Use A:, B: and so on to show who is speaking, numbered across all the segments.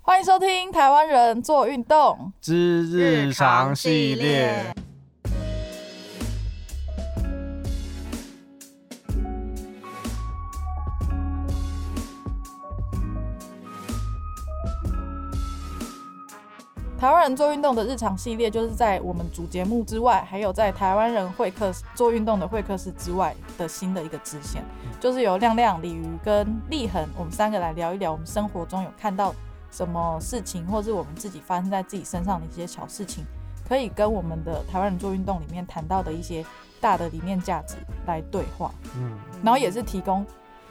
A: 欢迎收听《台湾人做运动》。
B: 之日常系列。
A: 台湾人做运动的日常系列，就是在我们主节目之外，还有在台湾人会客室做运动的会客室之外的新的一个支线，就是由亮亮、鲤鱼跟立恒，我们三个来聊一聊我们生活中有看到什么事情，或是我们自己发生在自己身上的一些小事情，可以跟我们的台湾人做运动里面谈到的一些大的理念价值来对话。
B: 嗯，
A: 然后也是提供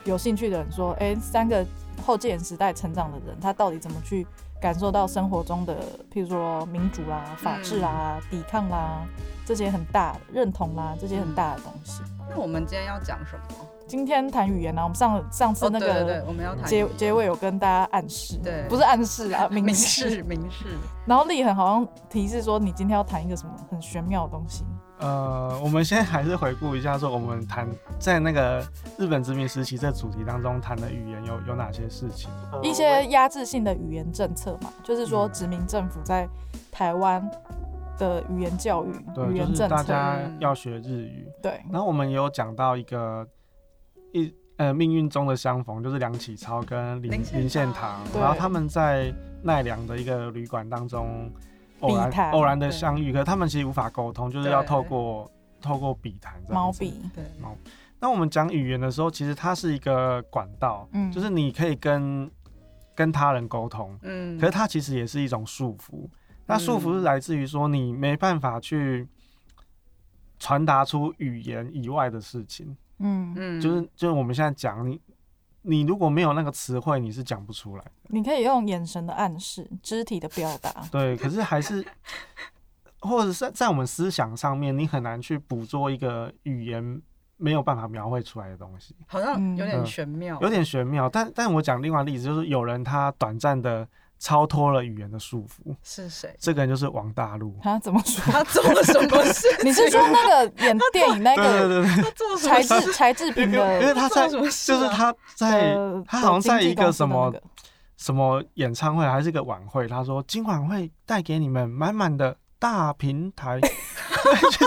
A: 有兴趣的人说，哎、三个后戒严时代成长的人，他到底怎么去感受到生活中的，譬如说民主啦、法治
C: 嗯
A: 啦、抵抗啦这些很大的认同啦这些很大的东西。
C: 那我们今天要讲什么？
A: 今天谈语言啊呢、我们上上次
C: 哦，
A: 哦那
C: 对对对
A: 个，
C: 我们要谈
A: 结结尾有跟大家暗示，
C: 对
A: 不是暗示啊，明
C: 明
A: 示。
C: 示明示，
A: 然后立恒好像提示说，你今天要谈一个什么很玄妙的东西，
B: 呃，我们先还是回顾一下，说我们谈在那个日本殖民时期这主题当中谈的语言有有哪些事情？
A: 一些压制性的语言政策嘛，就是说
B: 哦嗯
A: 殖民政府在台湾的语言教育、
B: 对，
A: 语
B: 就
A: 言
B: 是
A: 政
B: 大
A: 策，
B: 家要学日语。
A: 对，
B: 然后我们也有讲到一个一呃命运中的相逢，就是梁启超跟林
C: 林献堂
B: 林献堂，
A: 对
B: 然后他们在奈良的一个旅馆当中偶
A: 笔
B: 然
A: 谈
B: 偶然的
C: 对
B: 相遇，可是他们其实无法沟通，就是
C: 对
B: 要透过透过笔谈这样
A: 毛
B: 子。
A: 笔，
C: 对，
B: 那我们讲语言的时候，其实它是一个管道，
A: 嗯
B: 就是你可以跟跟他人沟通，
C: 嗯，
B: 可是它其实也是一种束缚。那束缚是
C: 嗯
B: 来自于说你没办法去传达出语言以外的事情，
A: 嗯，
C: 嗯
B: 就是就是我们现在讲你，你如果没有那个词汇，你是讲不出来。
A: 你可以用眼神的暗示、肢体的表达，
B: 对，可是还是，或者是在我们思想上面，你很难去捕捉一个语言没有办法描绘出来的东西。
C: 好像有
B: 嗯
C: 点玄妙，
B: 有点玄妙。但但我讲另外一个例子，就是有人他短暂的超脱了语言的束缚，
C: 是谁？
B: 这个人就是王大陆。
A: 他啊怎么说？
C: 他做了什么事
A: ？你是说那个演电影那
B: 对对
A: 个
B: 对对，
C: 他做了什
A: 柴
C: 么事？
A: 智柴智屏
B: 因为因为
A: 的？
B: 他
C: 做
B: 在
C: 了什么事
B: 就
C: 啊
B: 是他在
A: 呃
B: 他好像在一个什么
A: 的经纪公司的那个
B: 什么演唱会还是一个晚会，他说今晚会带给你们满满的大 平台，就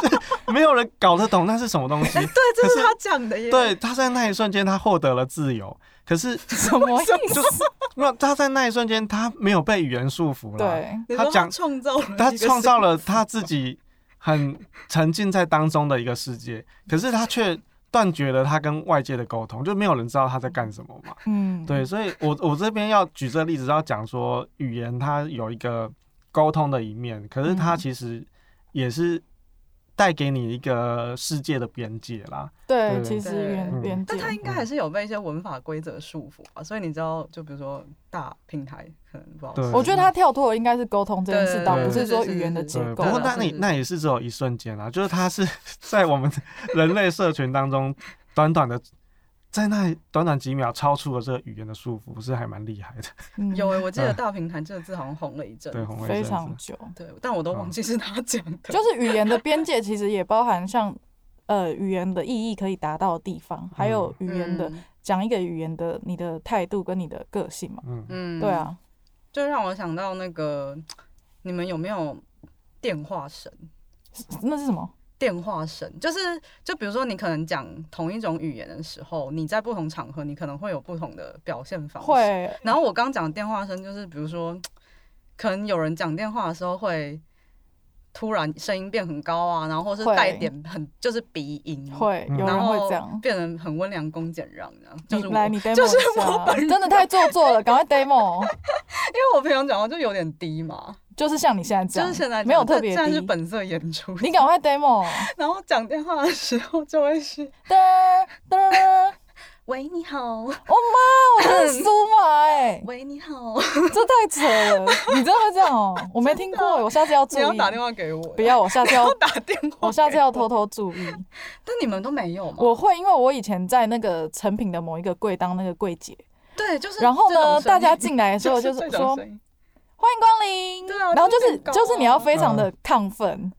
B: 是没有人搞得懂那是什 么东西
C: 哎，。对，这
B: 可
C: 是
B: 是
C: 他讲的耶。
B: 对，他在那一瞬间他获得了自由，可是
A: 什么意思？
B: 就是那他在那一瞬间他没有被语言束缚了。
A: 对，
C: 你
B: 他
C: 说
B: 讲
C: 创造了，
B: 他创造，了他自己很沉浸在当中的一个世界，可是他却断绝了他跟外界的沟通，就没有人知道他在干什么嘛。
A: 嗯，
B: 对，，所以我我这边要举这个例子，要讲说语言它有一个沟通的一面，可是它
A: 嗯
B: 其实也是带给你一个世界的边界啦。
A: 对，
B: 对
A: 其实
C: 对
A: 原
B: 嗯
A: 原
C: 但
A: 界
C: 他应该还是有被一些文法规则束缚啊吧。所以你知道，就比如说大平台，可能不好
B: 对
C: 说。
A: 我觉得他跳脱的应该是沟通这件事，
C: 对
A: 倒
B: 对
A: 不是
B: 对
A: 说
C: 对
A: 语言的结
B: 对，
A: 构
B: 不过
C: 啦
B: 那
C: 是
B: 你那也是只有一瞬间啊，就是它是 在我们人类社群当中短短的。在那短短几秒超出了这个语言的束缚，是还蛮厉害的。
A: 嗯
C: 有诶，我记得大平台这个字好像红了一阵
B: 对，，红卫
A: 非
B: 生
A: 常
B: 纸
A: 久。
C: 对，但我都忘
B: 嗯
C: 记是他讲的。
A: 就是语言的边界其实也包含像呃语言的意义可以达到的地方，还有语言的
C: 嗯
A: 讲、一个语言的你的态度跟你的个性嘛。
B: 嗯，
C: 嗯
A: 对，啊，
C: 就让我想到那个，你们有没有电话神？
A: 那是什么？
C: 电话神就是，就比如说你可能讲同一种语言的时候，你在不同场合，你可能会有不同的表现方式。。
A: 会
C: 然后我刚讲电话声，就是比如说，可能有人讲电话的时候会突然声音变很高啊，然后或是
A: 会
C: 带点很就是鼻音，
A: 会
B: 嗯
A: 有
C: 然
A: 人会
C: 后
A: 这样。
C: 变得很温良恭俭让这样。
A: 你
C: 就是我，
A: 来，
C: 因
A: 你 demo
C: 就是
A: 一
C: 我
A: 下
C: 本人
A: 真的太做作了，赶快 demo。
C: 为我平常讲话就有点低嘛，
A: 就是像你现在这
C: 就
A: 样，
C: 是现在
A: 没有
C: 这
A: 特别
C: 现在是
A: 低。
C: 本色演出。
A: 你赶快 demo。
C: 然后讲电话的时候就会是
A: 哒哒哒，哦
C: 喂你 好，
A: 我真的酥麻 哎，
C: 喂你好，
A: 这太扯了！你真的会这样哦？我没听过，我下次要注
C: 你要
A: 意。
C: 打电话给我，
A: 不要，我下次要
C: 要打电话给，
A: 我下次要偷偷注意。
C: 但你们都没有吗？
A: 我会，因为我以前在那个成品的某一个柜当那个柜姐，
C: 对，就是
A: 然后
C: 这种
A: 呢，
C: 声音
A: 大家进来的时候
C: 就
A: 就是是
C: 这种
A: 说
C: 声音
A: 欢迎光临，
C: 对啊
A: 然后就是
C: 就是更高啊
A: 就是你要非常的亢奋，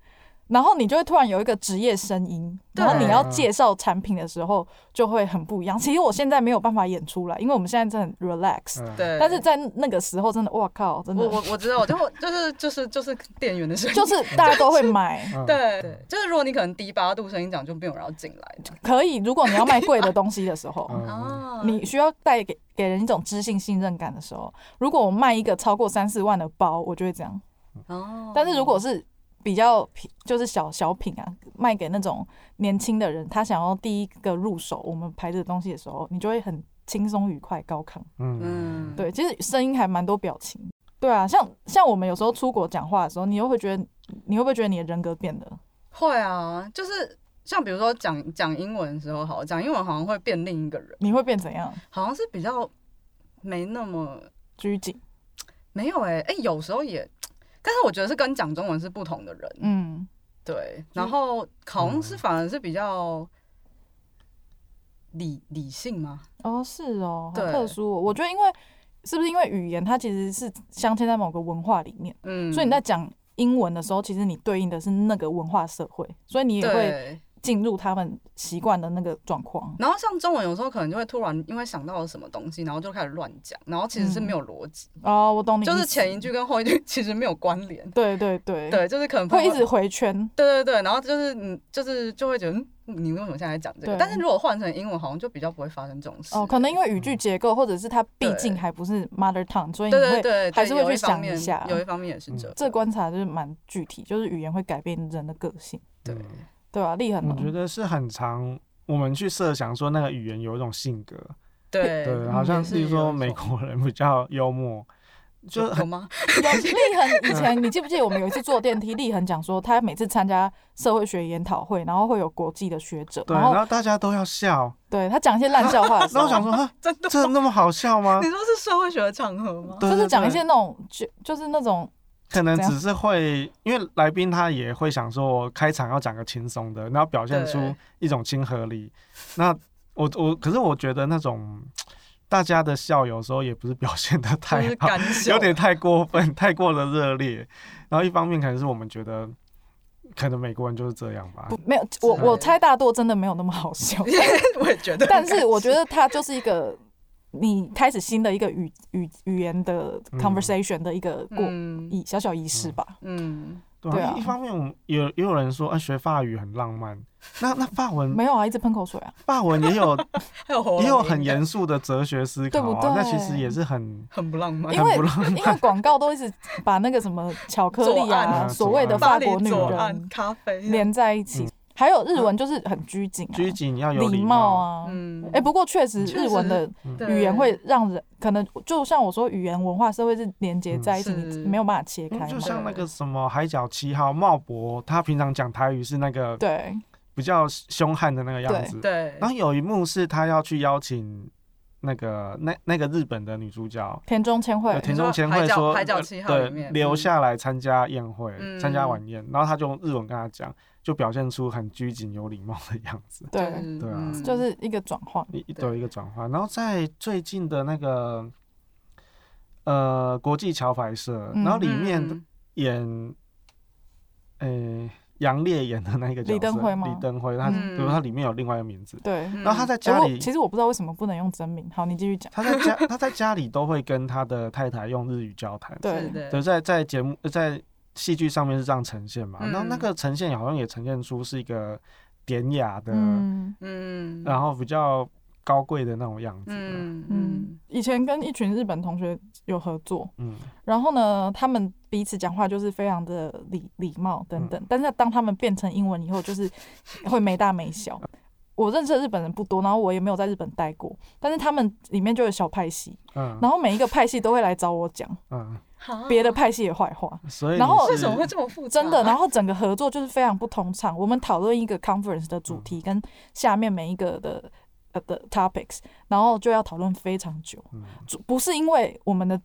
A: 然后你就会突然有一个职业声音，
C: 对
A: 然后你要介绍产品的时候就会很不一样。其实我现在没有办法演出来，因为我们现在真的很 relax，、
B: 嗯，
C: 对，
A: 但是在那个时候真的，哇靠，真
C: 我
A: 的
C: 我我知道，我就会就是就是就是店员的声音，
A: 就是大家都会买。
B: 嗯，
C: 对对，就是如果你可能低八度声音讲，就没有人要进来的。
A: 可以，如果你要卖贵的东西的时候，
B: 嗯
C: 哦
A: 你需要带给给人一种知性信任感的时候，如果我卖一个超过三四万的包，我就会这样。
B: 嗯
C: 哦
A: 但是如果是比较平，就是小小品啊，卖给那种年轻的人，他想要第一个入手我们牌子的东西的时候，你就会很轻松愉快、高亢。
B: 嗯
C: 嗯，
A: 对，其实声音还蛮多表情。对啊，像像我们有时候出国讲话的时候，你又会觉得，你会不会觉得你的人格变了？
C: 会啊，就是像比如说讲讲英文的时候，好讲英文好像会变另一个人，
A: 你会变怎样？
C: 好像是比较没那么
A: 拘谨？
C: 没有哎、欸、哎、有时候也，但是我觉得是跟讲中文是不同的人，
A: 嗯，
C: 对，然后好像是反而是比较理理性吗？
A: 哦，是哦，好
C: 对
A: 特殊、哦。我觉得因为是不是因为语言它其实是镶嵌在某个文化里面，
C: 嗯，
A: 所以你在讲英文的时候，其实你对应的是那个文化社会，所以你也会
C: 对，
A: 进入他们习惯的那个状况。
C: 然后像中文有时候可能就会突然因为想到了什么东西，然后就开始乱讲，然后其实是没有逻辑，
A: 哦，我懂你，
C: 就是前一，句跟后一句其实没有关 联，
A: 对对对，
C: 对，就是可能
A: 会一直回圈。
C: 对对对，然后就是你就是就会觉得嗯你为什么现在在讲这个？
A: 对
C: 但是如果换成英文，好像就比较不会发生这种事。
A: 哦，可能因为语句结构，或者是它毕竟还不是 mother tongue，所以你
C: 对对
A: 会
C: 对，
A: 还是会
C: 对
A: 去
C: 有一方
A: 想一
C: 面
A: 下
C: 有一方面也是
B: 嗯
C: 这样。
A: 这观察就是蛮具体，就是语言会改变人的个性，
C: 对
A: 对吧、啊？立恒呢，
B: 嗯我觉得是很常我们去设想说那个语言有一种性格，
C: 对
B: 对，
A: 嗯
B: 好像
C: 也是
B: 例如说
C: 有一
B: 美
C: 种
B: 国人比较幽默，就
C: 有有吗？
A: 有 立恒以前，你记不记得我们有一次坐电梯，立恒讲说他每次参加社会学研讨会，然后会有国际的学者，
B: 对，
A: 然
B: 然
A: 后
B: 后大家都要笑，
A: 对他讲一些烂笑话的时
B: 然后
A: 候
B: 我，想说，哈，
C: 真 的
B: 这那么好笑吗
C: 你？说是社会学的场合吗？
B: 对
A: 就是
B: 对
A: 讲一
B: 对
A: 些那种就就是那种
B: 可能
A: 怎样
B: 只是会，因为来宾他也会想说，我开场要讲个轻松的，然后表现出
C: 对
B: 一种亲和力。那我我可是我觉得那种大家的笑有时候也不是表现的
C: 就
B: 太
C: 是
B: 好，
C: 感受，
B: 有点太过分， 太过的热烈。然后一方面可能是我们觉得，可能美国人就是这样吧。
A: 不没有我
C: 啊是
A: 我猜大多真的没有那么好 笑，
C: 我也觉得。
A: 但是我觉得它就是一个你开始新的一个语语语言的
B: 嗯
A: conversation 的一个过
C: 嗯
A: 仪小小仪式吧。
C: 嗯，
B: 对
A: 对
B: 啊，
A: 啊
B: 一一方面我们有也有人说，啊，学法语很浪漫。那那法
C: 嗯
B: 文
A: 没有啊，一直喷口水啊，
B: 法文 也有
C: 还有喉咙
B: 也有
C: 音
B: 很严肃的哲学思考、
A: 对
B: 啊，
A: 不
B: 那
A: 对
B: 其实也是很
C: 很不浪漫
A: 因
B: 很
A: 为
B: 不浪漫。
A: 因为广告都一直把那个什么巧克 力
C: 左岸
A: 啊，
B: 啊
A: 所谓的
B: 左
A: 法
C: 巴黎
A: 国女
C: 左岸
A: 人
C: 咖啡，啊
A: 连在一起
B: 嗯，
A: 还有日文就是很拘谨啊，
B: 拘谨要有
A: 礼貌
B: 貌，
A: 啊。
C: 嗯
A: 哎，不过确实
C: 确实
A: 日文的
C: 对
A: 语言会让人可能就像我说，语言文化社会是连接在一起，
C: 嗯
A: 你
C: 是
A: 没有办法切开
B: 嗯就
A: 嘛。
B: 像那个什么海角七号茂博，他平常讲台语是那个
A: 对，
B: 比较凶悍的那个样子。
C: 对，
B: 然后有一幕是他要去邀请那个那那个日本的女主角，
A: 田中千惠
B: 呃，田
C: 你
B: 中
C: 说
B: 千
C: 海
B: 惠
C: 角
B: 说，
C: 海角
B: 呃
C: 七号里
B: 对，
C: 面
B: 留
C: 嗯
B: 下来参加宴会，参加
C: 嗯
B: 晚宴，然后他就用日文跟他讲，就表现出很拘谨有礼貌的样子。
A: 对，
B: 对啊
C: 嗯
A: 就是一个转换。
B: 一一
C: 对
B: 有一个转换。然后在最近的那个呃国际桥牌社，
A: 嗯
B: 然后里面
C: 嗯
B: 演呃杨烈演的那个角色
A: 李登辉吗
B: 李登辉，他比
C: 嗯
B: 如他里面有另外一个名字，
A: 对，
C: 嗯
B: 然后他在
A: 哎
B: 家
A: 我
B: 里。
A: 其实我不知道为什么不能用真名。好，你继续讲。
B: 他在家，他在家里都会跟他的太太用日语交谈。
A: 对，
C: 对
B: 对，在在节目在戏剧上面是这样呈现嘛？
C: 嗯
B: 那那个呈现好像也呈现出是一个典雅的，
A: 嗯
C: 嗯，
B: 然后比较高贵的那种样子。
C: 嗯
A: 嗯，以前跟一群日本同学有合作，
B: 嗯
A: 然后呢，他们彼此讲话就是非常的礼礼貌等等，但是当他们变成英文以后，就是会没大没小。我认识的日本人不多，然后我也没有在日本待过，但是他们里面就有小派系，
B: 嗯
A: 然后每一个派系都会来找我讲
B: 嗯，
C: 好
A: 别的派系的坏话，
B: 所以
A: 然
B: 你
A: 后
B: 是
C: 为什么会这么复杂？
A: 真的。然后整个合作就是非常不通畅。我们讨论一个 conference 的
C: 嗯
A: 主题，跟下面每一个的呃的 topics，然后就要讨论非常久。
B: 嗯
A: 主不是因为我们的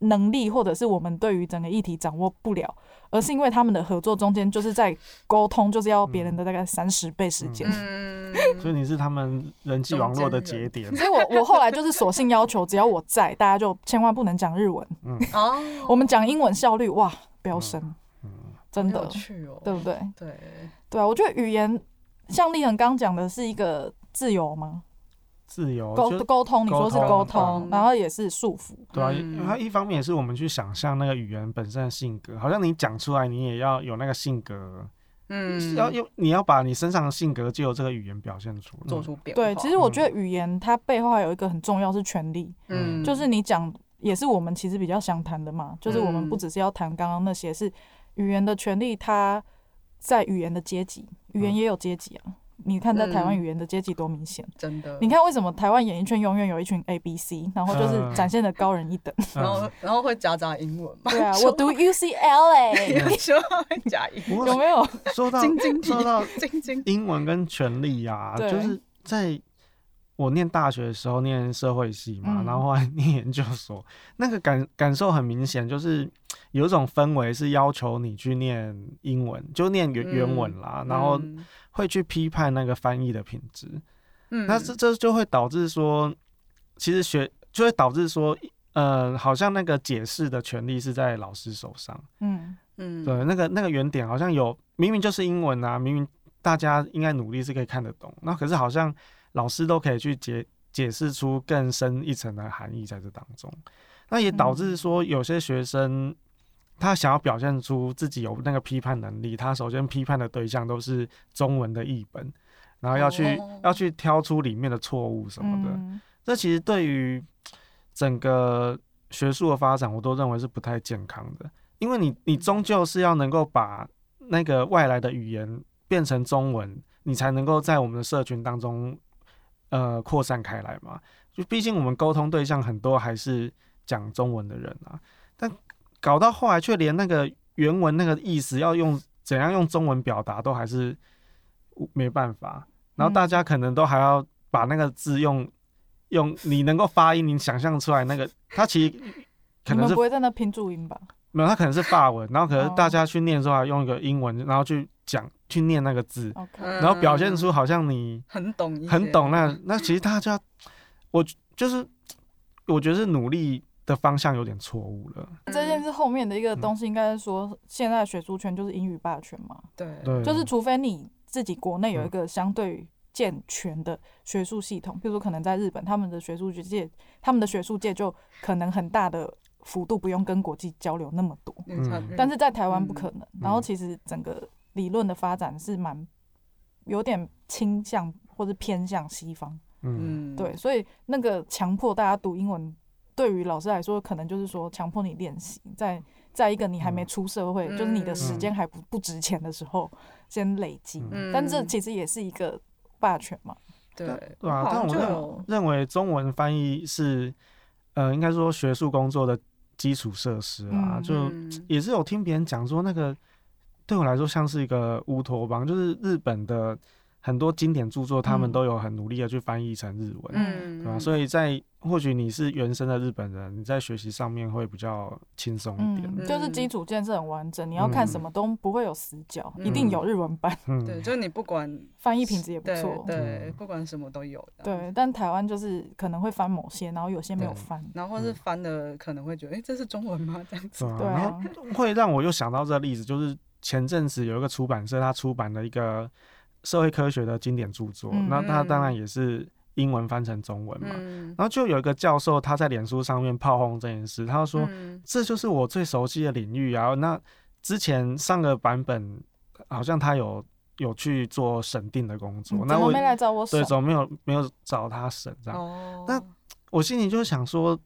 A: 能力或者是我们对于整个议题掌握不了，而是因为他们的合作中间就是在沟通，就是要别人的大概三十倍时间。
C: 嗯，
B: 所以你是他们人际网络的节点，
A: 所以我我后来就是索性要求，只要我 在，大家就千万不能讲日文，
B: 嗯
C: 哦，
A: 我们讲英文效率哇飙升，
B: 嗯，
A: 真
C: 好
A: 的
C: 有，趣哦，
A: 对不对？
C: 对，
A: 对啊，我觉得语言像立恒刚讲的是一个自由吗？
B: 自由
A: 沟
B: 就
A: 沟通，你说是沟
B: 沟嗯
C: 通
A: 通，然后也是束缚，
B: 对啊，
C: 嗯
B: 因为它一方面也是我们去想象那个语言本身的性格，好像你讲出来，你也要有那个性格，
C: 嗯，
B: 要用你要把你身上的性格借由这个语言表现出。
C: 做出变
A: 嗯
C: 化，
A: 对，其实我觉得语言它背后还有一个很重要是权利，
C: 嗯，
A: 就是你讲也是我们其实比较想谈的嘛，就是我
C: 嗯
A: 们不只是要谈刚刚那些，是语言的权利，它在语言的阶级，语言也有阶级啊。你看在台湾
C: 嗯
A: 语言的阶级多明显，
C: 真的，
A: 你看为什么台湾演艺圈永远有一群 A B C，然后就是
B: 嗯
A: 展现的高人一 等。
B: 嗯
C: 然后然后会夹杂英文嘛，
A: 对啊，
C: 就
A: 我读 UCLA，
C: 有时候会夹英
B: 不
C: 文，
A: 有
B: 过
A: 没有？
B: 说到
C: 晶晶体
B: 说到，
C: 晶晶，
B: 英文跟权力呀、
A: 对
B: 就是在我念大学的时候念社会系嘛，
A: 嗯
B: 然后后来念研究所，那个感感受很明显，就是有一种氛围是要求你去念英文，就念原
C: 嗯
B: 原文啦，然后
C: 嗯
B: 会去批判那个翻译的品质，
C: 嗯
B: 那这这就会导致说，其实学就会导致说。呃，好像那个解释的权利是在老师手上，
A: 嗯，
C: 嗯
B: 对，那个那个原点好像有，明明就是英文啊，明明大家应该努力是可以看得懂，那可是好像老师都可以去解解释出更深一层的含义在这当中，那也导
C: 嗯
B: 致说有些学生他想要表现出自己有那个批判能力，他首先批判的对象都是中文的译本，然后要去、
C: 哦
B: 要去挑出里面的错误什么的，
A: 嗯
B: 这其实对于整个学术的发展，我都认为是不太健康的，因为你你终究是要能够把那个外来的语言变成中文，你才能够在我们的社群当中呃扩散开来嘛。就毕竟我们沟通对象很多还是讲中文的人啊，但搞到后来却连那个原文那个意思要用怎样用中文表达都还是没办法，然后大家可能都还要把那个字用用你能够发音，你想象出来那个，它其实可
A: 你
B: 能
A: 们
B: 是
A: 不会在那拼注音吧？
B: 没有，它可能是法文，然后可
A: 哦
B: 是大家去念的时候还用一个英文，然后去讲去念那个字，
A: OK，
C: 嗯
B: 然后表现出好像你
C: 很懂一些，
B: 很懂那那其实大家，我就是我觉得是努力的方向有点错误了，
C: 嗯
A: 这件事后面的一个东西，应该是说现在学术圈就是英语霸权嘛，
C: 对
B: 对，啊
A: 就是除非你自己国内有一个相对健全的学术系统，比如说可能在日本，他们的学术界，他们的学术界就可能很大的幅度不用跟国际交流那么多，
C: 因为它
B: 嗯
A: 但是在台湾不可能。然后
B: 嗯
A: 其实整个理论的发展是蛮有点倾向或是偏向西方，
B: 嗯，
C: 嗯
A: 对，所以那个强迫大家读英文，对于老师来说，可能就是说强迫你练习，在在一个你还没
B: 嗯
A: 出社会，就是你的时
B: 嗯
A: 间还不不值钱的时候，先累积。
B: 嗯
C: 嗯
A: 但这其实也是一个霸权嘛，
C: 对
B: 对啊
C: 好像
B: 但我
C: 就
B: 认
C: 有
B: 认为中文翻译是，呃，应该说学术工作的基础设施啊，
A: 嗯
B: 就
C: 嗯
B: 也是有听别人讲说，那个对我来说像是一个乌托邦，就是日本的很多经典著作，他们
A: 嗯
B: 都有很努力的去翻译成日文，
C: 嗯
B: 对吧、所以在或许你是原生的日本人，你在学习上面会比较轻松一点。
A: 嗯，就是基
C: 嗯
A: 础建设很完整，你要看什
B: 啊嗯
A: 么都不会有死角，一定
B: 嗯
A: 有日文版，
B: 嗯，
C: 对，就是你不管
A: 翻译品质也不
C: 对
A: 错。
C: 对，
B: 嗯
C: 不管什么都有的，
A: 对，但台湾就是可能会翻某些，然后有些没有
B: 啊对
A: 翻。
C: 然后或是
B: 嗯
C: 翻的可能会觉得，哎，这是中文吗？这样子
B: 对，啊
A: 对
B: 然
A: 啊
B: 后，会让我又想到这个例子，就是前阵子有一个出版社，它出版了一个社会科学的经典著作，
A: 嗯
B: 那它当然也是英文翻成中文嘛。
C: 嗯，
B: 然后就有一个教授，他在脸书上面炮轰这件事，他就说、
C: 嗯
B: 这就是我最熟悉的领域啊。那之前上个版本好像他有有去做审定的工作，
A: 嗯
B: 那
A: 怎么
B: 我
A: 没来找我审
B: 对？怎么没有没有找他审这样？
C: 哦，
B: 那我心里就想说，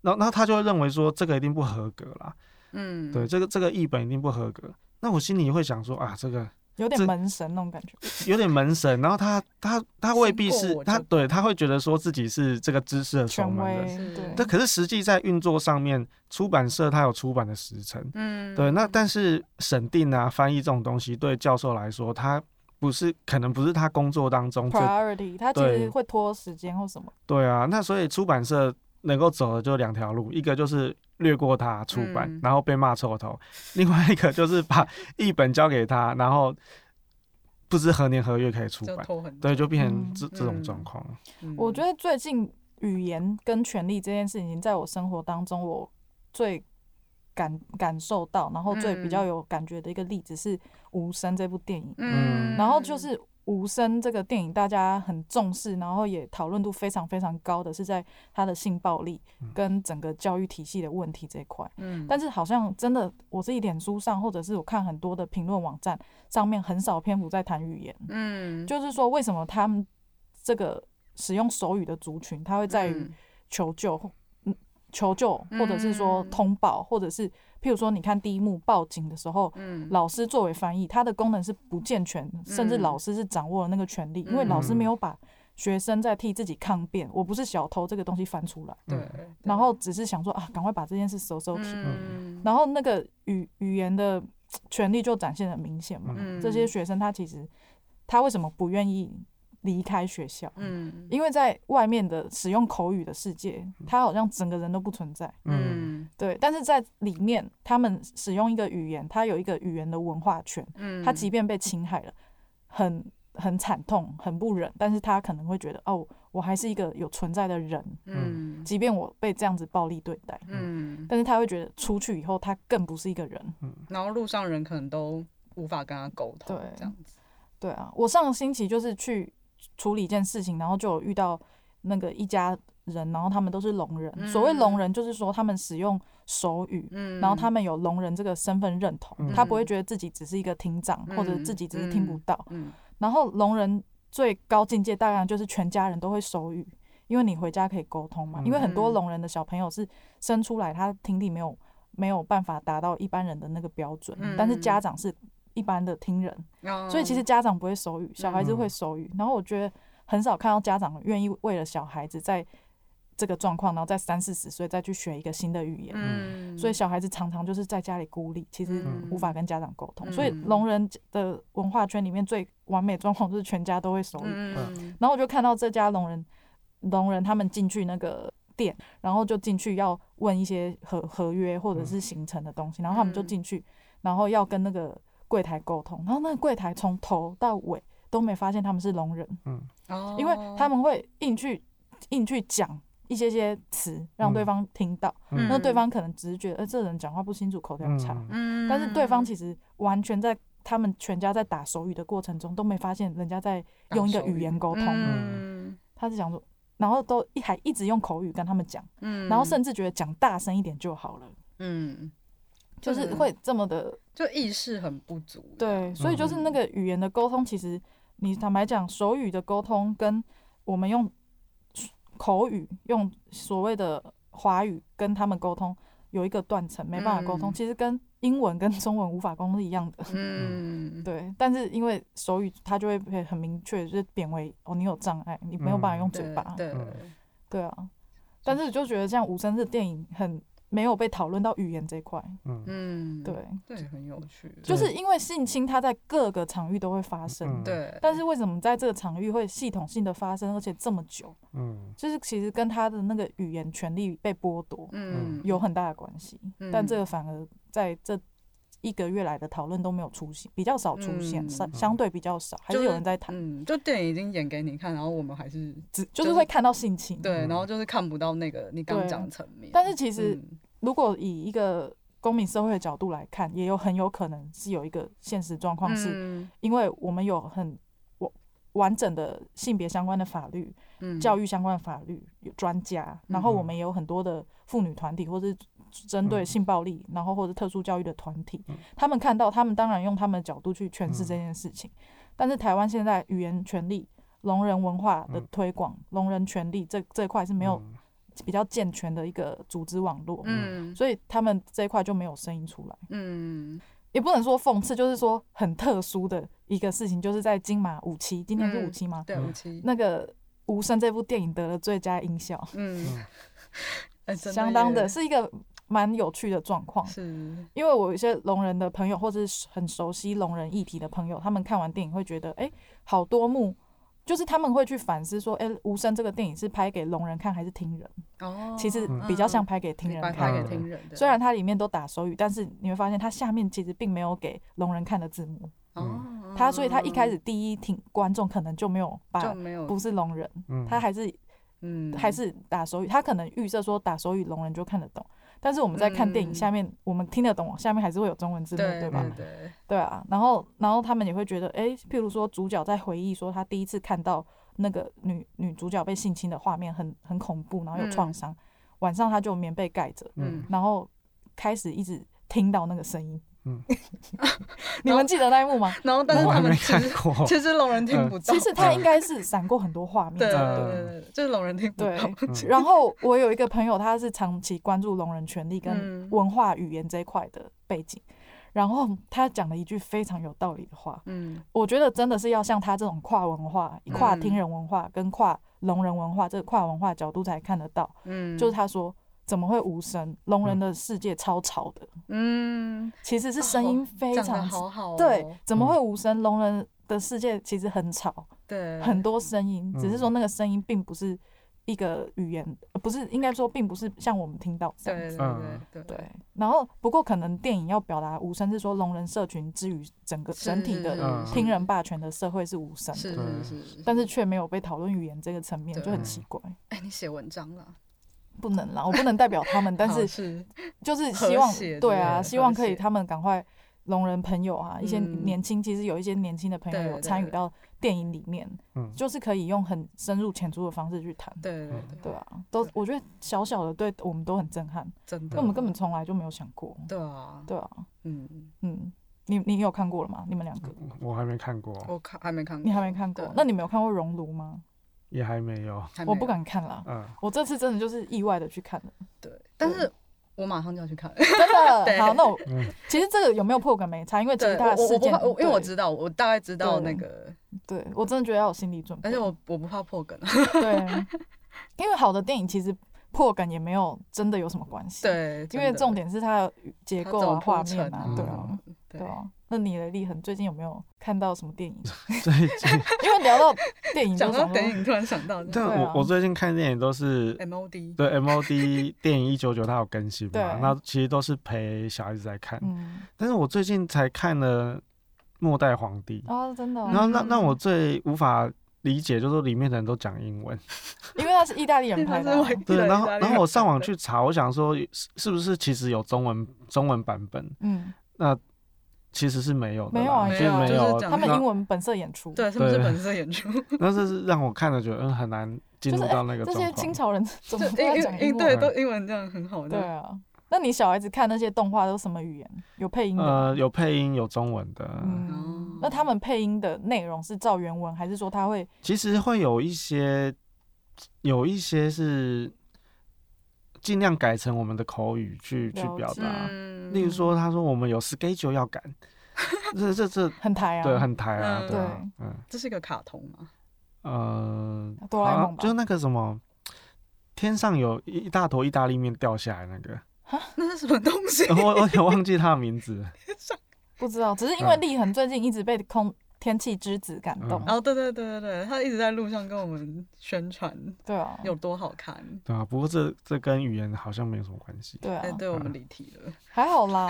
B: 然后然后他就会认为说这个一定不合格啦，
C: 嗯，
B: 对，这个这个译本一定不合格。那我心里会想说啊，这个
A: 有点
B: 这
A: 门神那种感觉。
B: 有点门神，然后他他他未必
C: 经
B: 是
C: 过我
B: 他
C: 就
B: 对他会觉得说自己是这个知识的守
A: 权
B: 门人，
A: 威
C: 是
A: 对，
B: 但可是实际在运作上面，出版社它有出版的时辰，
C: 嗯，
B: 对，那但是审定啊、翻译这种东西，对教授来说，他不是可能不是他工作当中最
A: priority，它其
B: 对
A: 实会拖时间或什么。
B: 对啊，那所以出版社能够走的就两条路，一个就是略过他出版，
C: 嗯
B: 然后被骂臭头；另外一个就是把译本交给他，然后不知何年何月可以出
C: 就
B: 版，
C: 拖很久，
B: 对，就变成
A: 嗯
B: 这、这种
C: 嗯
B: 状况。
C: 嗯
A: 我觉得最近语言跟权力这件事情，在我生活当中，我最感感受到，然后最
C: 嗯
A: 比较有感觉的一个例子是《无声》这部电影。
B: 嗯
A: 然后就是《无声》这个电影，大家很重视，然后也讨论度非常非常高的是在它的性暴力跟整个教育体系的问题这一块。
C: 嗯，
A: 但是好像真的，我自己脸书上或者是我看很多的评论网站上面，很少篇幅在谈语言，
C: 嗯
A: 就是说为什么他们这个使用手语的族群，他会在于
C: 嗯
A: 求救或嗯求救，或者是说
C: 嗯
A: 通报，或者是譬如说你看第一幕报警的时候，
C: 嗯
A: 老师作为翻译，他的功能是不健全，甚至
C: 嗯
A: 老师是掌握了那个权利，因为老师没有把学生在替自己抗辩，我不是小偷这个东西翻出来，
C: 对
B: 嗯，
C: 对
A: 然后只是想说啊，赶快把这件事收收起，
C: 嗯
A: 然后那个语语言的权利就展现的明显嘛。
C: 嗯
A: 这些学生他其实他为什么不愿意离开学校？
C: 嗯
A: 因为在外面的使用口语的世界，他好像整个人都不存在。
B: 嗯
C: 嗯
A: 对，但是在里面，他们使用一个语言，他有一个语言的文化权，
C: 嗯，
A: 他即便被侵害了，很很惨痛，很不忍，但是他可能会觉得，哦，我还是一个有存在的人，
C: 嗯
A: 即便我被这样子暴力对待，
C: 嗯，
A: 但是他会觉得出去以后，他更不是一个人。
C: 然后路上人可能都无法跟他沟通
A: 对，
C: 这样子，
A: 对啊，我上个星期就是去处理一件事情，然后就有遇到那个一家人，然后他们都是聋人。所谓聋人，就是说他们使用手语，
C: 嗯，
A: 然后他们有聋人这个身份认同，
B: 嗯
A: 他不会觉得自己只是一个听障，或者
C: 嗯
A: 自己只是听不到。
C: 嗯
A: 然后聋人最高境界大概就是全家人都会手语，因为你回家可以沟通嘛。因为很多
C: 嗯
A: 聋人的小朋友是生出来他听力没有没有办法达到一般人的那个标准，但是
C: 嗯
A: 家长是一般的听人，
C: 嗯，
A: 所以其实家长不会手语，小孩子
B: 嗯
A: 会手语。然后我觉得很少看到家长愿意为了小孩子在这个状况，然后在三四十岁再去学一个新的语言。
C: 嗯，
A: 所以小孩子常常就是在家里孤立，其实
B: 嗯
A: 无法跟家长沟通。
C: 嗯
A: 所以聋人的文化圈里面最完美状况就是全家都会手语。
C: 嗯
A: 然后我就看到这家聋人，聋人他们进去那个店，然后就进去要问一些合合约或者是行程的东西，然后他们就进去，然后要跟那个柜台沟通，然后那个柜台从头到尾都没发现他们是聋人，
C: 哦，
A: 因为他们会硬去硬去讲一些些词让对
B: 嗯
A: 方听到，
B: 嗯
A: 那对方可能只是觉得，呃，这人讲话不清楚，口条
B: 嗯
A: 差，
C: 嗯，
A: 但是对方其实完全在他们全家在打手语的过程中都没发现人家在用一个语言沟通，
C: 嗯
A: 他是想说，然后都一还一直用口语跟他们讲，
C: 嗯，
A: 然后甚至觉得讲大声一点就好了，
C: 嗯，
A: 就是会这么的
C: 就意识很不足，
A: 对，所以就是
C: 嗯
A: 那个语言的沟通，其实你坦白讲，手语的沟通跟我们用口语用所谓的华语跟他们沟通。有一个断层没办法沟通，
C: 嗯
A: 其实跟英文跟中文无法沟通是一样的。
C: 嗯，
A: 对，但是因为手语，它就会被很明确，就是贬为哦，你有障碍，你没有办法用嘴
C: 对
A: 巴。
C: 嗯对，
A: 对啊，但是就觉得像无声这电影很没有被讨论到语言这一块。
B: 嗯
C: 嗯，
A: 对，
C: 对，很有趣，
A: 就是因为性侵它在各个场域都会发生，
B: 嗯
C: 对，
A: 但是为什么在这个场域会系统性的发生，而且这么久？
B: 嗯
A: 就是其实跟他的那个语言权利被剥夺
C: 嗯
A: 有很大的关系，
C: 嗯
A: 但这个反而在这。一个月来的讨论都没有出现，比较少出现，
C: 嗯
A: 相相对比较少，还
C: 就是是
A: 有人在谈，
C: 嗯，就电影已经演给你看，然后我们还是
A: 只就
C: 就是是
A: 会看到性侵。
C: 对，
B: 嗯
C: 然后就是看不到那个你刚
A: 对
C: 讲的层面。
A: 但是其实
C: 嗯
A: 如果以一个公民社会的角度来看，也有很有可能是有一个现实状况，是
C: 嗯
A: 因为我们有很我完整的性别相关的法律、
C: 嗯
A: 教
C: 育
A: 育相关的法律有专家，然后我们也有很多的妇女团体或是针对
B: 嗯
A: 性暴力，然后或者特殊教育的团体
B: 嗯，
A: 他们看到，他们当然用他们的角度去诠释这件事情。但是台湾现在语言权利、聋人文化的
B: 嗯
A: 推广、聋人权利这这块是没有比较健全的一个组织网络，
C: 嗯
A: 所以他们这一块就没有声音出来，
C: 嗯
A: 也不能说讽刺，就是说很特殊的一个事情，就是在金马五期，今年是五期吗？
C: 对
B: 嗯
C: 五七
A: 那个《无声》这部电影得了最佳音效，
C: 嗯， 哎真
A: 相当的
C: 耶
A: 是一个蛮有趣的状况。
C: 是
A: 因为我有一些聋人的朋友，或者是很熟悉聋人议题的朋友，他们看完电影会觉得，哎、好多幕，就是他们会去反思说，哎、无声》这个电影是拍给聋人看还是听人？
C: 哦，
A: 其实比较像
C: 嗯
A: 拍给听人
C: 你把
A: 看
C: 拍
A: 的
C: 给。听人的，
A: 虽然它里面都打手语，但是你会发现它下面其实并没有给聋人看的字幕，
C: 哦
A: 它所以它一开始第一听观众可能就没有
C: 就
A: 把
C: 没有
A: 不是聋人，
B: 嗯，
A: 他还是
C: 嗯
A: 还是打手语，他可能预设说打手语聋人就看得懂，但是我们在看电影
C: 嗯
A: 下面，我们听得懂，下面还是会有中文字幕，
C: 对嗯
A: 对吧？
C: 对对，
A: 对啊，然后然后他们也会觉得，诶，譬如说主角在回忆说他第一次看到那个女女主角被性侵的画面很很恐怖，然后有创
C: 嗯
A: 伤，晚上他就棉被盖着，
B: 嗯
C: 嗯，
A: 然后开始一直听到那个声音。
B: 嗯
A: 你们记得那一幕吗？
C: 然后但是
B: 我还
C: 他
B: 没
C: 们其
B: 看
C: 实
B: 过，
C: 其实聋人听不到，
A: 呃其实他应该是闪过很多画面
C: 对对
A: 才
B: 嗯
A: 对。
C: 对对对，就是聋人听不
A: 对
C: 到，
B: 嗯
A: 然后我有一个朋友，他是长期关注聋人权利跟
C: 嗯
A: 文化语言这一块的背景，然后他讲了一句非常有道理的话，
C: 嗯
A: 我觉得真的是要像他这种跨文化、
B: 嗯
A: 跨听人文化跟跨聋人文化这个跨文化角度才看得到。
C: 嗯，
A: 就是他说，怎么会无声？聋人的世界超吵的，
C: 嗯，
A: 其实是声音非
C: 讲的
A: 常、
C: 好好哦，
A: 对，怎
B: 嗯
A: 么会无声？聋人的世界其实很吵，
C: 对，
A: 很多声音，
B: 嗯
A: 只是说那个声音并不是一个语言，呃不是应该说并不是像我们听到这样
C: 对
A: 子。
B: 嗯
C: 对对
A: 对，然后不过可能电影要表达无声是说聋人社群之于整个整体的
B: 嗯
A: 听人霸权的社会是无声
C: 是
A: 的，
B: 对
C: 是是，
A: 嗯但是却没有被讨论语言这个层面，
C: 对
A: 就很
B: 嗯
A: 奇怪。
C: 哎，你写文章了，
A: 不能啦，我不能代表 他们，但
C: 好
A: 是
C: 是
A: 就是
C: 和
A: 希望
C: 谐
A: 对
C: 之类
A: 啊，
C: 的
A: 希望
C: 和
A: 可以
C: 谐
A: 他们赶快聋人朋友啊，一些
C: 嗯
A: 年轻，其实有一些年轻的朋友
C: 对
A: 有
C: 对
A: 参与
C: 对
A: 到电影里面，
B: 嗯
A: 就是可以用很深入浅出的方式去谈。
C: 对对
B: 嗯
A: 对啊，都我觉得小小的对我们都很震撼，
C: 真
A: 因
C: 的，
A: 为我们根本从来就没有想过。
C: 对啊，
A: 对啊，
C: 嗯，
A: 嗯，你你有看过了吗？你们两个，
B: 我还没看过，
C: 我看还没看过，
A: 你还没看过
C: 嗯对？
A: 那你们有看过《熔炉》吗？
B: 也还没有，
C: 还没
A: 我不
C: 有啊
A: 敢看啦，
B: 嗯，
A: 我这次真的就是意外的去 看的，
C: 对，但是我马上就要去看。
A: 真的。
C: 对
A: 好，那我
B: 嗯
A: 其实这个有没有破梗没差，因为其
C: 对，
A: 实
C: 我
A: 它的
C: 我
A: 事
C: 我不
A: 件
C: 怕，我因为我
A: 对
C: 知道，我大概知道那个，
A: 对我真的觉得要有心理准备，
C: 而且我我不怕破梗。
A: 对， 因为好的电影其实破梗也没有真的有什么关系，，
C: 对，
A: 因为
C: 真的
A: 重点是它的结
C: 它
A: 构
C: 怎么
A: 啊、画
C: 铺
A: 面
C: 陈
A: 啊
B: 啊，
A: 对
B: 什
A: 啊
B: 么，
A: 对啊。那你的立恒最近有没有看到什么电影？
B: 最近
A: 因为聊到电影，
C: 讲
A: 就
C: 到
A: 想
C: 电
A: 说
C: 影，突然想到
B: 但
A: 对啊
B: 我我最近看电影都是
C: M O D，
B: 对 MOD 电影一九九它有更新
A: 对
B: 嘛，那其实都是陪小孩子在看，
A: 嗯，
B: 但是我最近才看了《末代皇帝》，
A: 哦，真的哦，
B: 然后那
C: 嗯
B: 那我最无法理解就是里面的人都讲 英文，
A: 因为他是意大利人拍的啊，
B: 对，然后然后我上网去查，我想说是是不是其实有中文中文版本？
A: 嗯，
B: 其实是没有的
A: 没
B: 啦，
A: 有啊
B: 就是
A: 没有啊
B: 没有
C: 就是
B: 那。
A: 他们
C: 那
A: 英文本色演出，
C: 对，是不是
B: 对
C: 本色演出？
B: 那这是让我看了觉得嗯很难进
A: 就是
B: 入
A: 哎
B: 到那个
A: 这
B: 状
A: 些
B: 况。
A: 清朝人 怎
C: 就
A: 么都
C: 英
A: 要讲
C: 英
A: 英
C: 英
A: 文？啊
C: 对，都英文这样很好
A: 对
C: 的。
A: 啊，那你小孩子看那些动画都是什么语言？有配音的吗？
B: 呃，有配音，有中文的，
C: 哦
A: 嗯，那他们配音的内容是照原文，还是说他会
B: 其实会有一些，有一些是尽量改成我们的口语去去
A: 了
B: 表
A: 解
B: 达。
C: 嗯
B: 例如说，他说我们有 schedule 要赶，这这这，
A: 很台啊？
B: 对，很台啊，
C: 嗯
B: 对啊，嗯。
C: 这是一个卡通嘛？
B: 呃，
A: 哆啦 A
B: 好像
A: 梦吧
B: 就那个什么，天上有一一大坨意大利面掉下来那个，
C: 那是什么东西？
B: 我我有点忘记他的名字。
A: 不知道，只是因为
B: 嗯
A: 立恒最近一直被空天气之子感动，
C: 哦，对对对对对，他一直在路上跟我们宣传
A: 对啊，
C: 有多好看。
B: 对啊，不过这这跟语言好像没有什么关系。
A: 对啊
C: 哎，，对我
B: 嗯
C: 们离题了。
A: 还好 啦，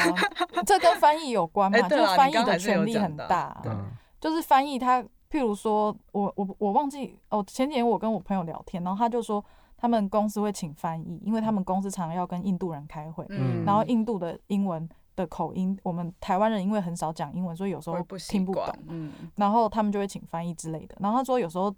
A: 这跟翻译有关嘛，
C: 哎
A: 就
C: 对
A: 是
C: 啦
A: 翻
C: 你
A: 译
C: 刚
A: 的
C: 还是
A: 权
C: 有
A: 力
C: 讲
A: 很
C: 到
A: 大，
B: 嗯
A: 就是翻译他，譬如说我我我忘记哦，前几天我跟我朋友聊天，然后他就说他们公司会请翻译，因为他们公司常常要跟印度人开会，
B: 嗯
A: 然后印度的英文的口音，我们台湾人因为很少讲英文，所以有时候
C: 会不习
A: 听不懂
C: 惯，，嗯，
A: 然后他们就会请翻译之类的。然后他说有时候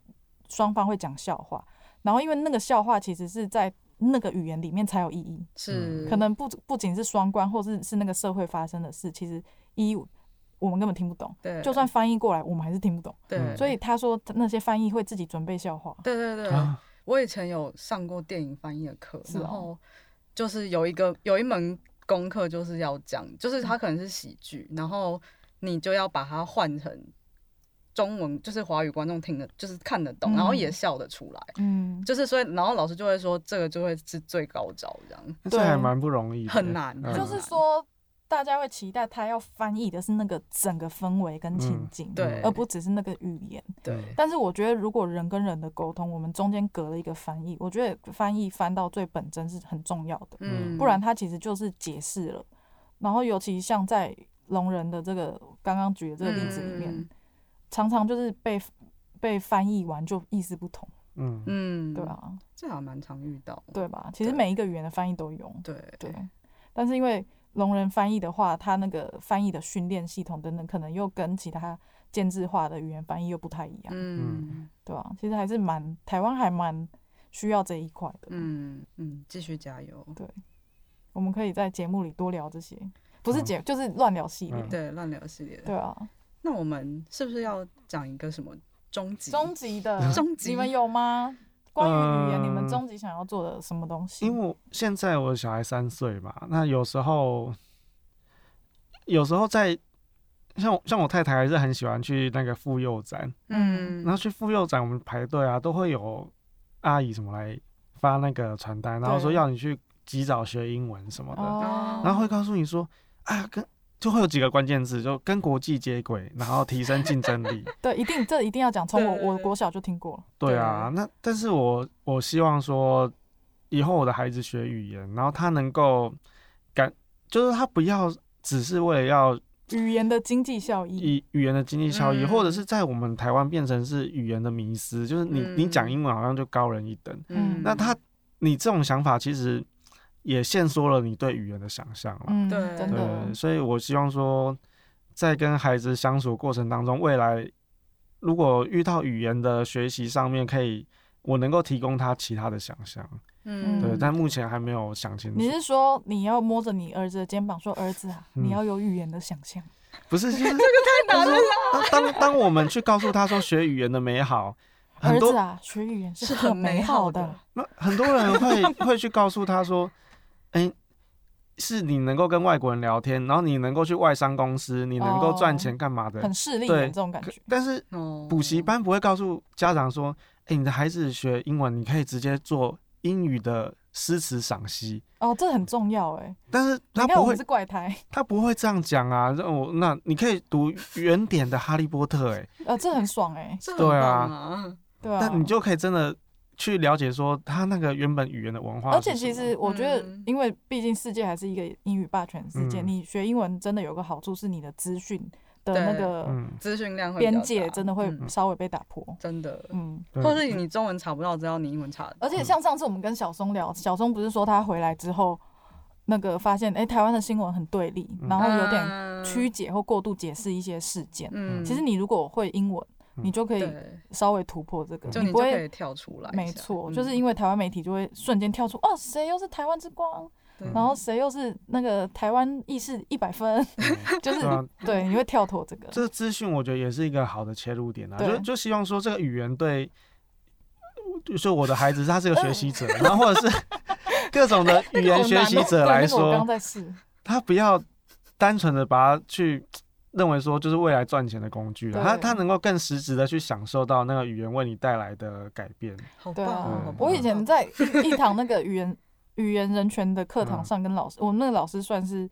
A: 双方会讲笑话，然后因为那个笑话其实是在那个语言里面才有意义，
C: 是
A: 可能不不仅是双关，或是是那个社会发生的事，其实一我们根本听不懂，
C: 对，
A: 就算翻译过来，我们还是听不懂。
C: 对，
A: 所以他说他那些翻译会自己准备笑话，
C: 对对对，
B: 啊，
C: 我以前有上过电影翻译的课，
A: 是哦
C: 然后就是有一个有一门功课就是要讲，就
A: 嗯
C: 是它可能是喜剧，然后你就要把它换成中文，就是华语观众听得就是看得懂，
A: 嗯
C: 然后也笑得出来。
A: 嗯，
C: 就是所以，然后老师就会说这个就会是最高招这样。
B: 这
A: 对
B: 还蛮不容易的，
C: 很难
B: 嗯
A: 就是说大家会期待他要翻译的是那个整个氛围跟情
B: 嗯
A: 境，
C: 对
A: 而不只是那个语言。
C: 对，
A: 但是我觉得，如果人跟人的沟通，我们中间隔了一个翻译，我觉得翻译翻到最本真是很重要的，
B: 嗯
C: 嗯，
A: 不然它其实就是解释了。然后尤其像在聋人的这个刚刚举的这个例子里面，
C: 嗯
A: 常常就是被被翻译完就意思不同，
B: 嗯，
C: 嗯，
A: 对，啊，
C: 这还蛮常遇到。
A: 对吧？其实
C: 对
A: 每一个语言的翻译都有，
C: 对嗯
A: 对。但是因为聋人翻译的话，它那个翻译的训练系统等等，可能又跟其他建制化的语言翻译又不太一样，
C: 嗯
A: 对吧、其实还是蛮台湾还蛮需要这一块的。
C: 嗯嗯，继续加油。
A: 我们可以在节目里多聊这些，不是
B: 嗯
A: 节、就是乱聊系列，
B: 嗯
C: 对，乱聊系列的。
A: 对啊。
C: 那我们是不是要讲一个什么终极？
A: 终极的
C: 终极
A: 你们有吗？关于语言，
B: 呃
A: 你们终极想要做的什么东西？
B: 因为我现在我小孩三岁嘛，那有时候，有时候在像我像我太太还是很喜欢去那个妇幼展，
C: 嗯，
B: 然后去妇幼展我们排队啊，都会有阿姨什么来发那个传单，然后说
A: 对
B: 要你去及早学英文什么的，
A: 哦，
B: 然后会告诉你说啊跟。就会有几个关键字，就跟国际接轨，然后提升竞争力。
A: 对，一定这一定要讲，从
C: 对
A: 我我国小就听过了，
B: 对啊，那但是我我希望说，以后我的孩子学语言，然后他能够感，就是他不要只是为了要
A: 语言的经济效益，
B: 以语言的经济效益，
C: 嗯
B: 或者是在我们台湾变成是语言的迷失，就是你、你
C: 嗯
B: 讲英文好像就高人一等。
A: 嗯
B: 那他你这种想法其实也限缩了你对语言的想象了。
A: 嗯，
C: 对
A: 真的
B: 对，，所以我希望说，在跟孩子相处过程当中，未来如果遇到语言的学习上面，可以我能够提供他其他的想象。
C: 嗯，
B: 对，
A: 嗯
B: 但目前还没有想清楚
A: 你。是说你要摸着你儿子的肩膀说：“儿子啊，
B: 嗯
A: 你要有语言的想象。
B: 不 是，就是这个太难了。当当我们去告诉他说学语言的美好，很
A: 儿
B: 多
A: 子啊，学语言
C: 是
A: 很
C: 很美
A: 美
C: 好
A: 的
C: 的。
B: 那很多人 会会去告诉他说，哎、是你能够跟外国人聊天，然后你能够去外商公司，你能够赚钱干嘛的。
A: 哦很势利
B: 对
A: 的这种感
B: 可
A: 觉。
B: 但是
C: 哦，
B: 补习班不会告诉家长说，哎、你的孩子学英文，你可以直接做英语的诗词赏析。
A: 哦，这很重要哎。
B: 但是
A: 你
B: 他
A: 看
B: 不
A: 我
B: 会
A: 们是，怪胎，
B: 他不会这样讲啊！让我那你可以读原点的《哈利波特、哎，
A: 呃，这很爽哎，
C: 这
B: 对啊
C: 很棒啊，
A: 对啊。
B: 但你就可以真的去了解说他那个原本语言的文化
A: 而
B: 是什么。
A: 且其实我觉得
C: 嗯，
A: 因为毕竟世界还是一个英语霸权世界，
B: 嗯
A: 你学英文真的有个好处是你的资讯的那
C: 对
A: 个
B: 嗯，
C: 资讯量会比较
A: 边界
C: 大
A: 真的会
C: 嗯
A: 稍微被打破。
C: 真的，
A: 嗯，
B: 对
C: 或是你中文查不到，只要你英文查得到，
A: 而且像上次我们跟小松聊，小松不是说他回来之后，那个发现哎、诶台湾的新闻很对立，
B: 嗯
A: 然后有点
C: 嗯
A: 曲，解或过度解释一些事件。
C: 嗯，
A: 其实你如果会英文，
B: 嗯
A: 你就可以
C: 对，
A: 稍微突破这个，
C: 就你
A: 不
C: 就
A: 会
C: 可以跳出来一下，
A: 没错，
C: 嗯
A: 就是因为台湾媒体就会瞬间跳出，哦，谁又是台湾之光，
B: 嗯
C: 对
A: 然后谁又是那个台湾意识一百分， 就是
B: 对啊
A: 对，你会跳脱这个，
B: 这资讯我觉得也是一个好的切入点啊，
A: 对
B: 就就希望说这个语言对，就是我的孩子他是个学习 者，然后或者是各种的语言学习者
A: 哦对
B: 来
A: 那个我刚
B: 说
A: 刚，在试，
B: 他不要单纯的把它去认为说就是未来赚钱的工具了，
A: 对
B: 他他能够更实质的去享受到那个语言为你带来的改变。
C: 好
A: 对
C: 棒
A: 啊
C: 哦，
B: 嗯
C: 好棒
A: 我以前 在一一堂那个语言语言人权的课
B: 嗯
A: 堂上，跟老师，我们那个老师算是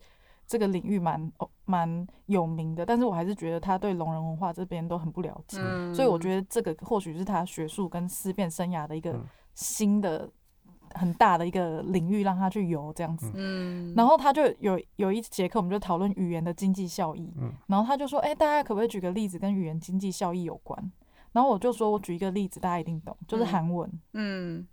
A: 这个领域蛮哦蛮有名的，但是我还是觉得他对聋人文化这边都很不了解，
C: 嗯
A: 所以我觉得这个或许是他学术跟思辨生涯的一个
B: 嗯
A: 新的很大的一个领域，让他去游这样子。
C: 嗯，
A: 然后他就有有一节课，我们就讨论语言的经济效益。
B: 嗯
A: 然后他就说：“哎、大家可不可以举个例子跟语言经济效益有关？”然后我就说：“我举一个例子，大家一定懂，就是
C: 嗯
A: 韩文。
C: 嗯，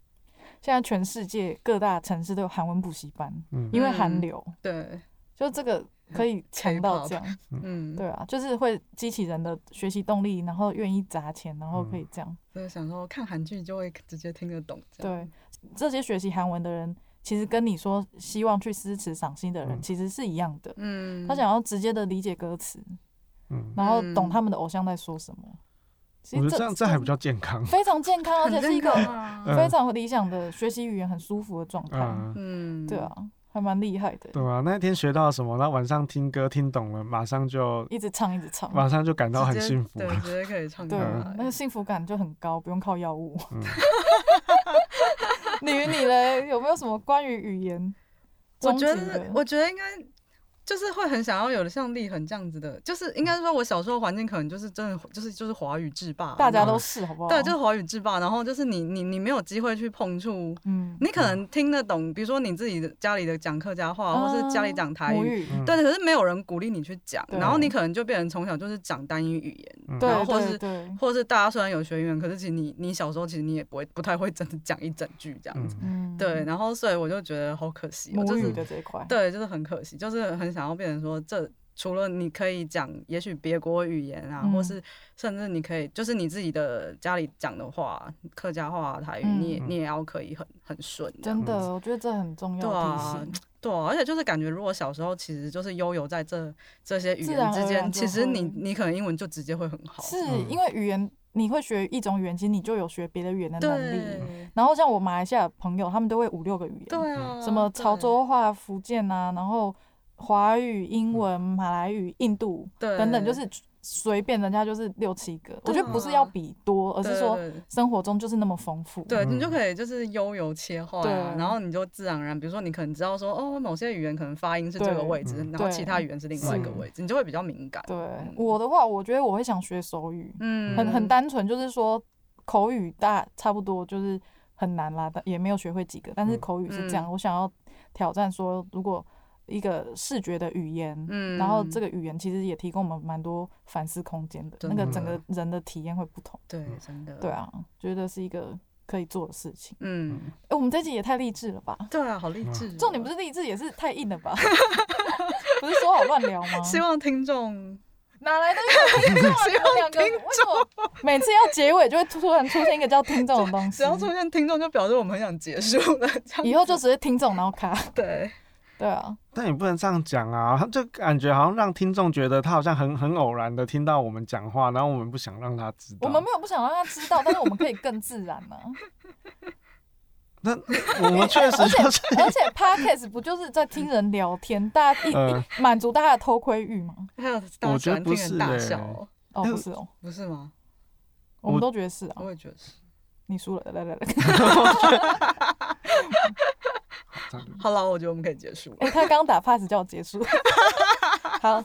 A: 现在全世界各大城市都有韩文补习班，
B: 嗯
A: 因为韩
C: 嗯
A: 流，
C: 对，
A: 就这个可以强到
C: K-pop
A: 这样，
C: 嗯，
A: 对啊，就是会激起人的学习动力，然后愿意砸钱，然后可
B: 嗯
A: 以这样。
C: 就是想说看韩剧就会直接听得懂，这样
A: 对，这些学习韩文的人，其实跟你说希望去诗词赏析的人，
B: 嗯
A: 其实是一样的。
C: 嗯，
A: 他想要直接的理解歌词，
B: 嗯，
A: 然后懂
C: 嗯
A: 他们的偶像在说什么。其
B: 我觉
A: 实
B: 得这样这样还比较健康。
A: 非常健康，而
C: 很
A: 且是一
C: 健
A: 个
C: 康 啊，
B: 嗯
A: 非常理想的学习语言很舒服的状态。
B: 嗯，
C: 嗯，
A: 对，啊，还蛮厉害的，
B: 对啊，那天学到什么，那晚上听歌听懂了，马上就
A: 一直唱一直唱。
B: 马上就感到很
C: 直接
B: 幸福啊
C: 对啊
B: 了。，
C: 直接可以唱歌
A: 对
C: 了，，
A: 那个幸福感就很高，不用靠药物。
B: 嗯
A: 你与你嘞，有没有什么关于语言
C: 我
A: 终极
C: 觉得
A: 的，？
C: 我觉得应该就是会很想要有的像立恒这样子的，就是应该说，我小时候环境可能就是真的就是就是华语制霸，
A: 大家都哦是，好不好？
C: 对，就是华语制霸，然后就是你你你没有机会去碰触。
A: 嗯，
C: 你可能听得懂，比如说你自己的家里的讲客家话，哦或是家里讲台
A: 哦母
C: 语，
A: 语，
B: 嗯
C: 对，可是没有人鼓励你去讲，
A: 对
C: 然后你可能就变成从小就是讲单一语言，
B: 嗯
A: 对
C: 然后或者
A: 对
C: 是
A: 对，
C: 或者是大家虽然有学英文，可是其实你你小时候其实你也不会不太会真的讲一整句这样子。
B: 嗯，
A: 嗯，
C: 对，然后所以我就觉得好可惜、哦，
A: 母
C: 就
A: 语
C: 是
A: 的这一块，
C: 对，就是很可惜，就是很想要变成说这。除了你可以讲，也许别国语言啊，
A: 嗯
C: 或是甚至你可以，就是你自己的家里讲的话，客家话、台语，你也
B: 嗯
C: 你也要可以很很顺这
A: 真
C: 样。
A: 的，我觉得这很重
C: 嗯对
A: 要提
C: 啊
A: 醒。，
C: 对啊，而且就是感觉，如果小时候其实就是悠游在这这些语
A: 自
C: 言
A: 然
C: 之
A: 而
C: 间，
A: 然就
C: 其实你
A: 会
C: 你可能英文就直接会很好。
A: 是
B: 嗯
A: 因为语言，你会学一种语言，其实你就有学别的语言的能力。
C: 对
A: 然后像我马来西亚的朋友，他们都会五六个语言，
C: 对啊，
A: 什么
C: 对
A: 潮州话、福建啊，然后华语、英文、马来语、印度
C: 嗯对
A: 等等，就是随便人家就是六七个。我觉得不是
C: 啊
A: 要比多，而是
C: 对
A: 说
C: 对对
A: 生活中就是那么丰富。
C: 对你就
B: 嗯
C: 可以就是悠游切换
A: 对
C: 啊，然后你就自然而然，比如说你可能知道说哦，某些语言可能发音是这
A: 对
C: 个位置，
B: 嗯
C: 然后
A: 对
C: 其他语言是另外一个
B: 是
C: 位置，你就会比较敏感。
A: 对
C: 嗯
A: 我的话，我觉得我会想学手语，
C: 嗯
A: 很很单纯，就是说口语大差不多就是很难啦，但也没有学会几个。但是
B: 嗯
A: 口语是这样，我想要挑战说，如果一个视觉的语言，
C: 嗯
A: 然后这个语言其实也提供我们蛮多反思空间的，
C: 真
A: 那
C: 的
A: 个整个人的体验会不同。
C: 对真的
A: 对，啊，觉得是一个可以做的事情。
C: 嗯
B: 嗯
A: 哎、我们这集也太励志了吧？
C: 对啊，好励志哦。
A: 重点不是励志，也是太硬了吧？ 不是嗯说好乱聊吗？
C: 希望听众
A: 哪来的 一个听众啊？你们两个为什么每次要结尾就会突然出现一个叫听众的东西
C: 只？要出现听众，就表示我们很想结束了。这 样
A: 以后就只是听众然后卡。
C: 对，
A: 对啊，
B: 但也不能这样讲啊，就感觉好像让听众觉得他好像很很偶然的听到我们讲话，然后我们不想让他知道。
A: 我们没有不想让他知道，但是我们可以更自然呢、啊。
B: 那我们确实就是，
A: 而且 podcast 不就是在听人聊天，大家一
B: 呃
A: 一满足大家的偷窥欲吗？
C: 还有大家
B: 我
C: 喜
B: 觉得
C: 欢听
B: 不
C: 人
B: 是
C: 大
B: 欸
C: 笑哦，
A: 哦，
B: 哎
A: 不是哦，
C: 不是吗？
A: 我们都觉得是啊。
C: 我也觉得是。
A: 你输了，来来来，
C: 好了，我觉得我们可以结束了。
A: 哎、他刚打 pass 叫我结束。好，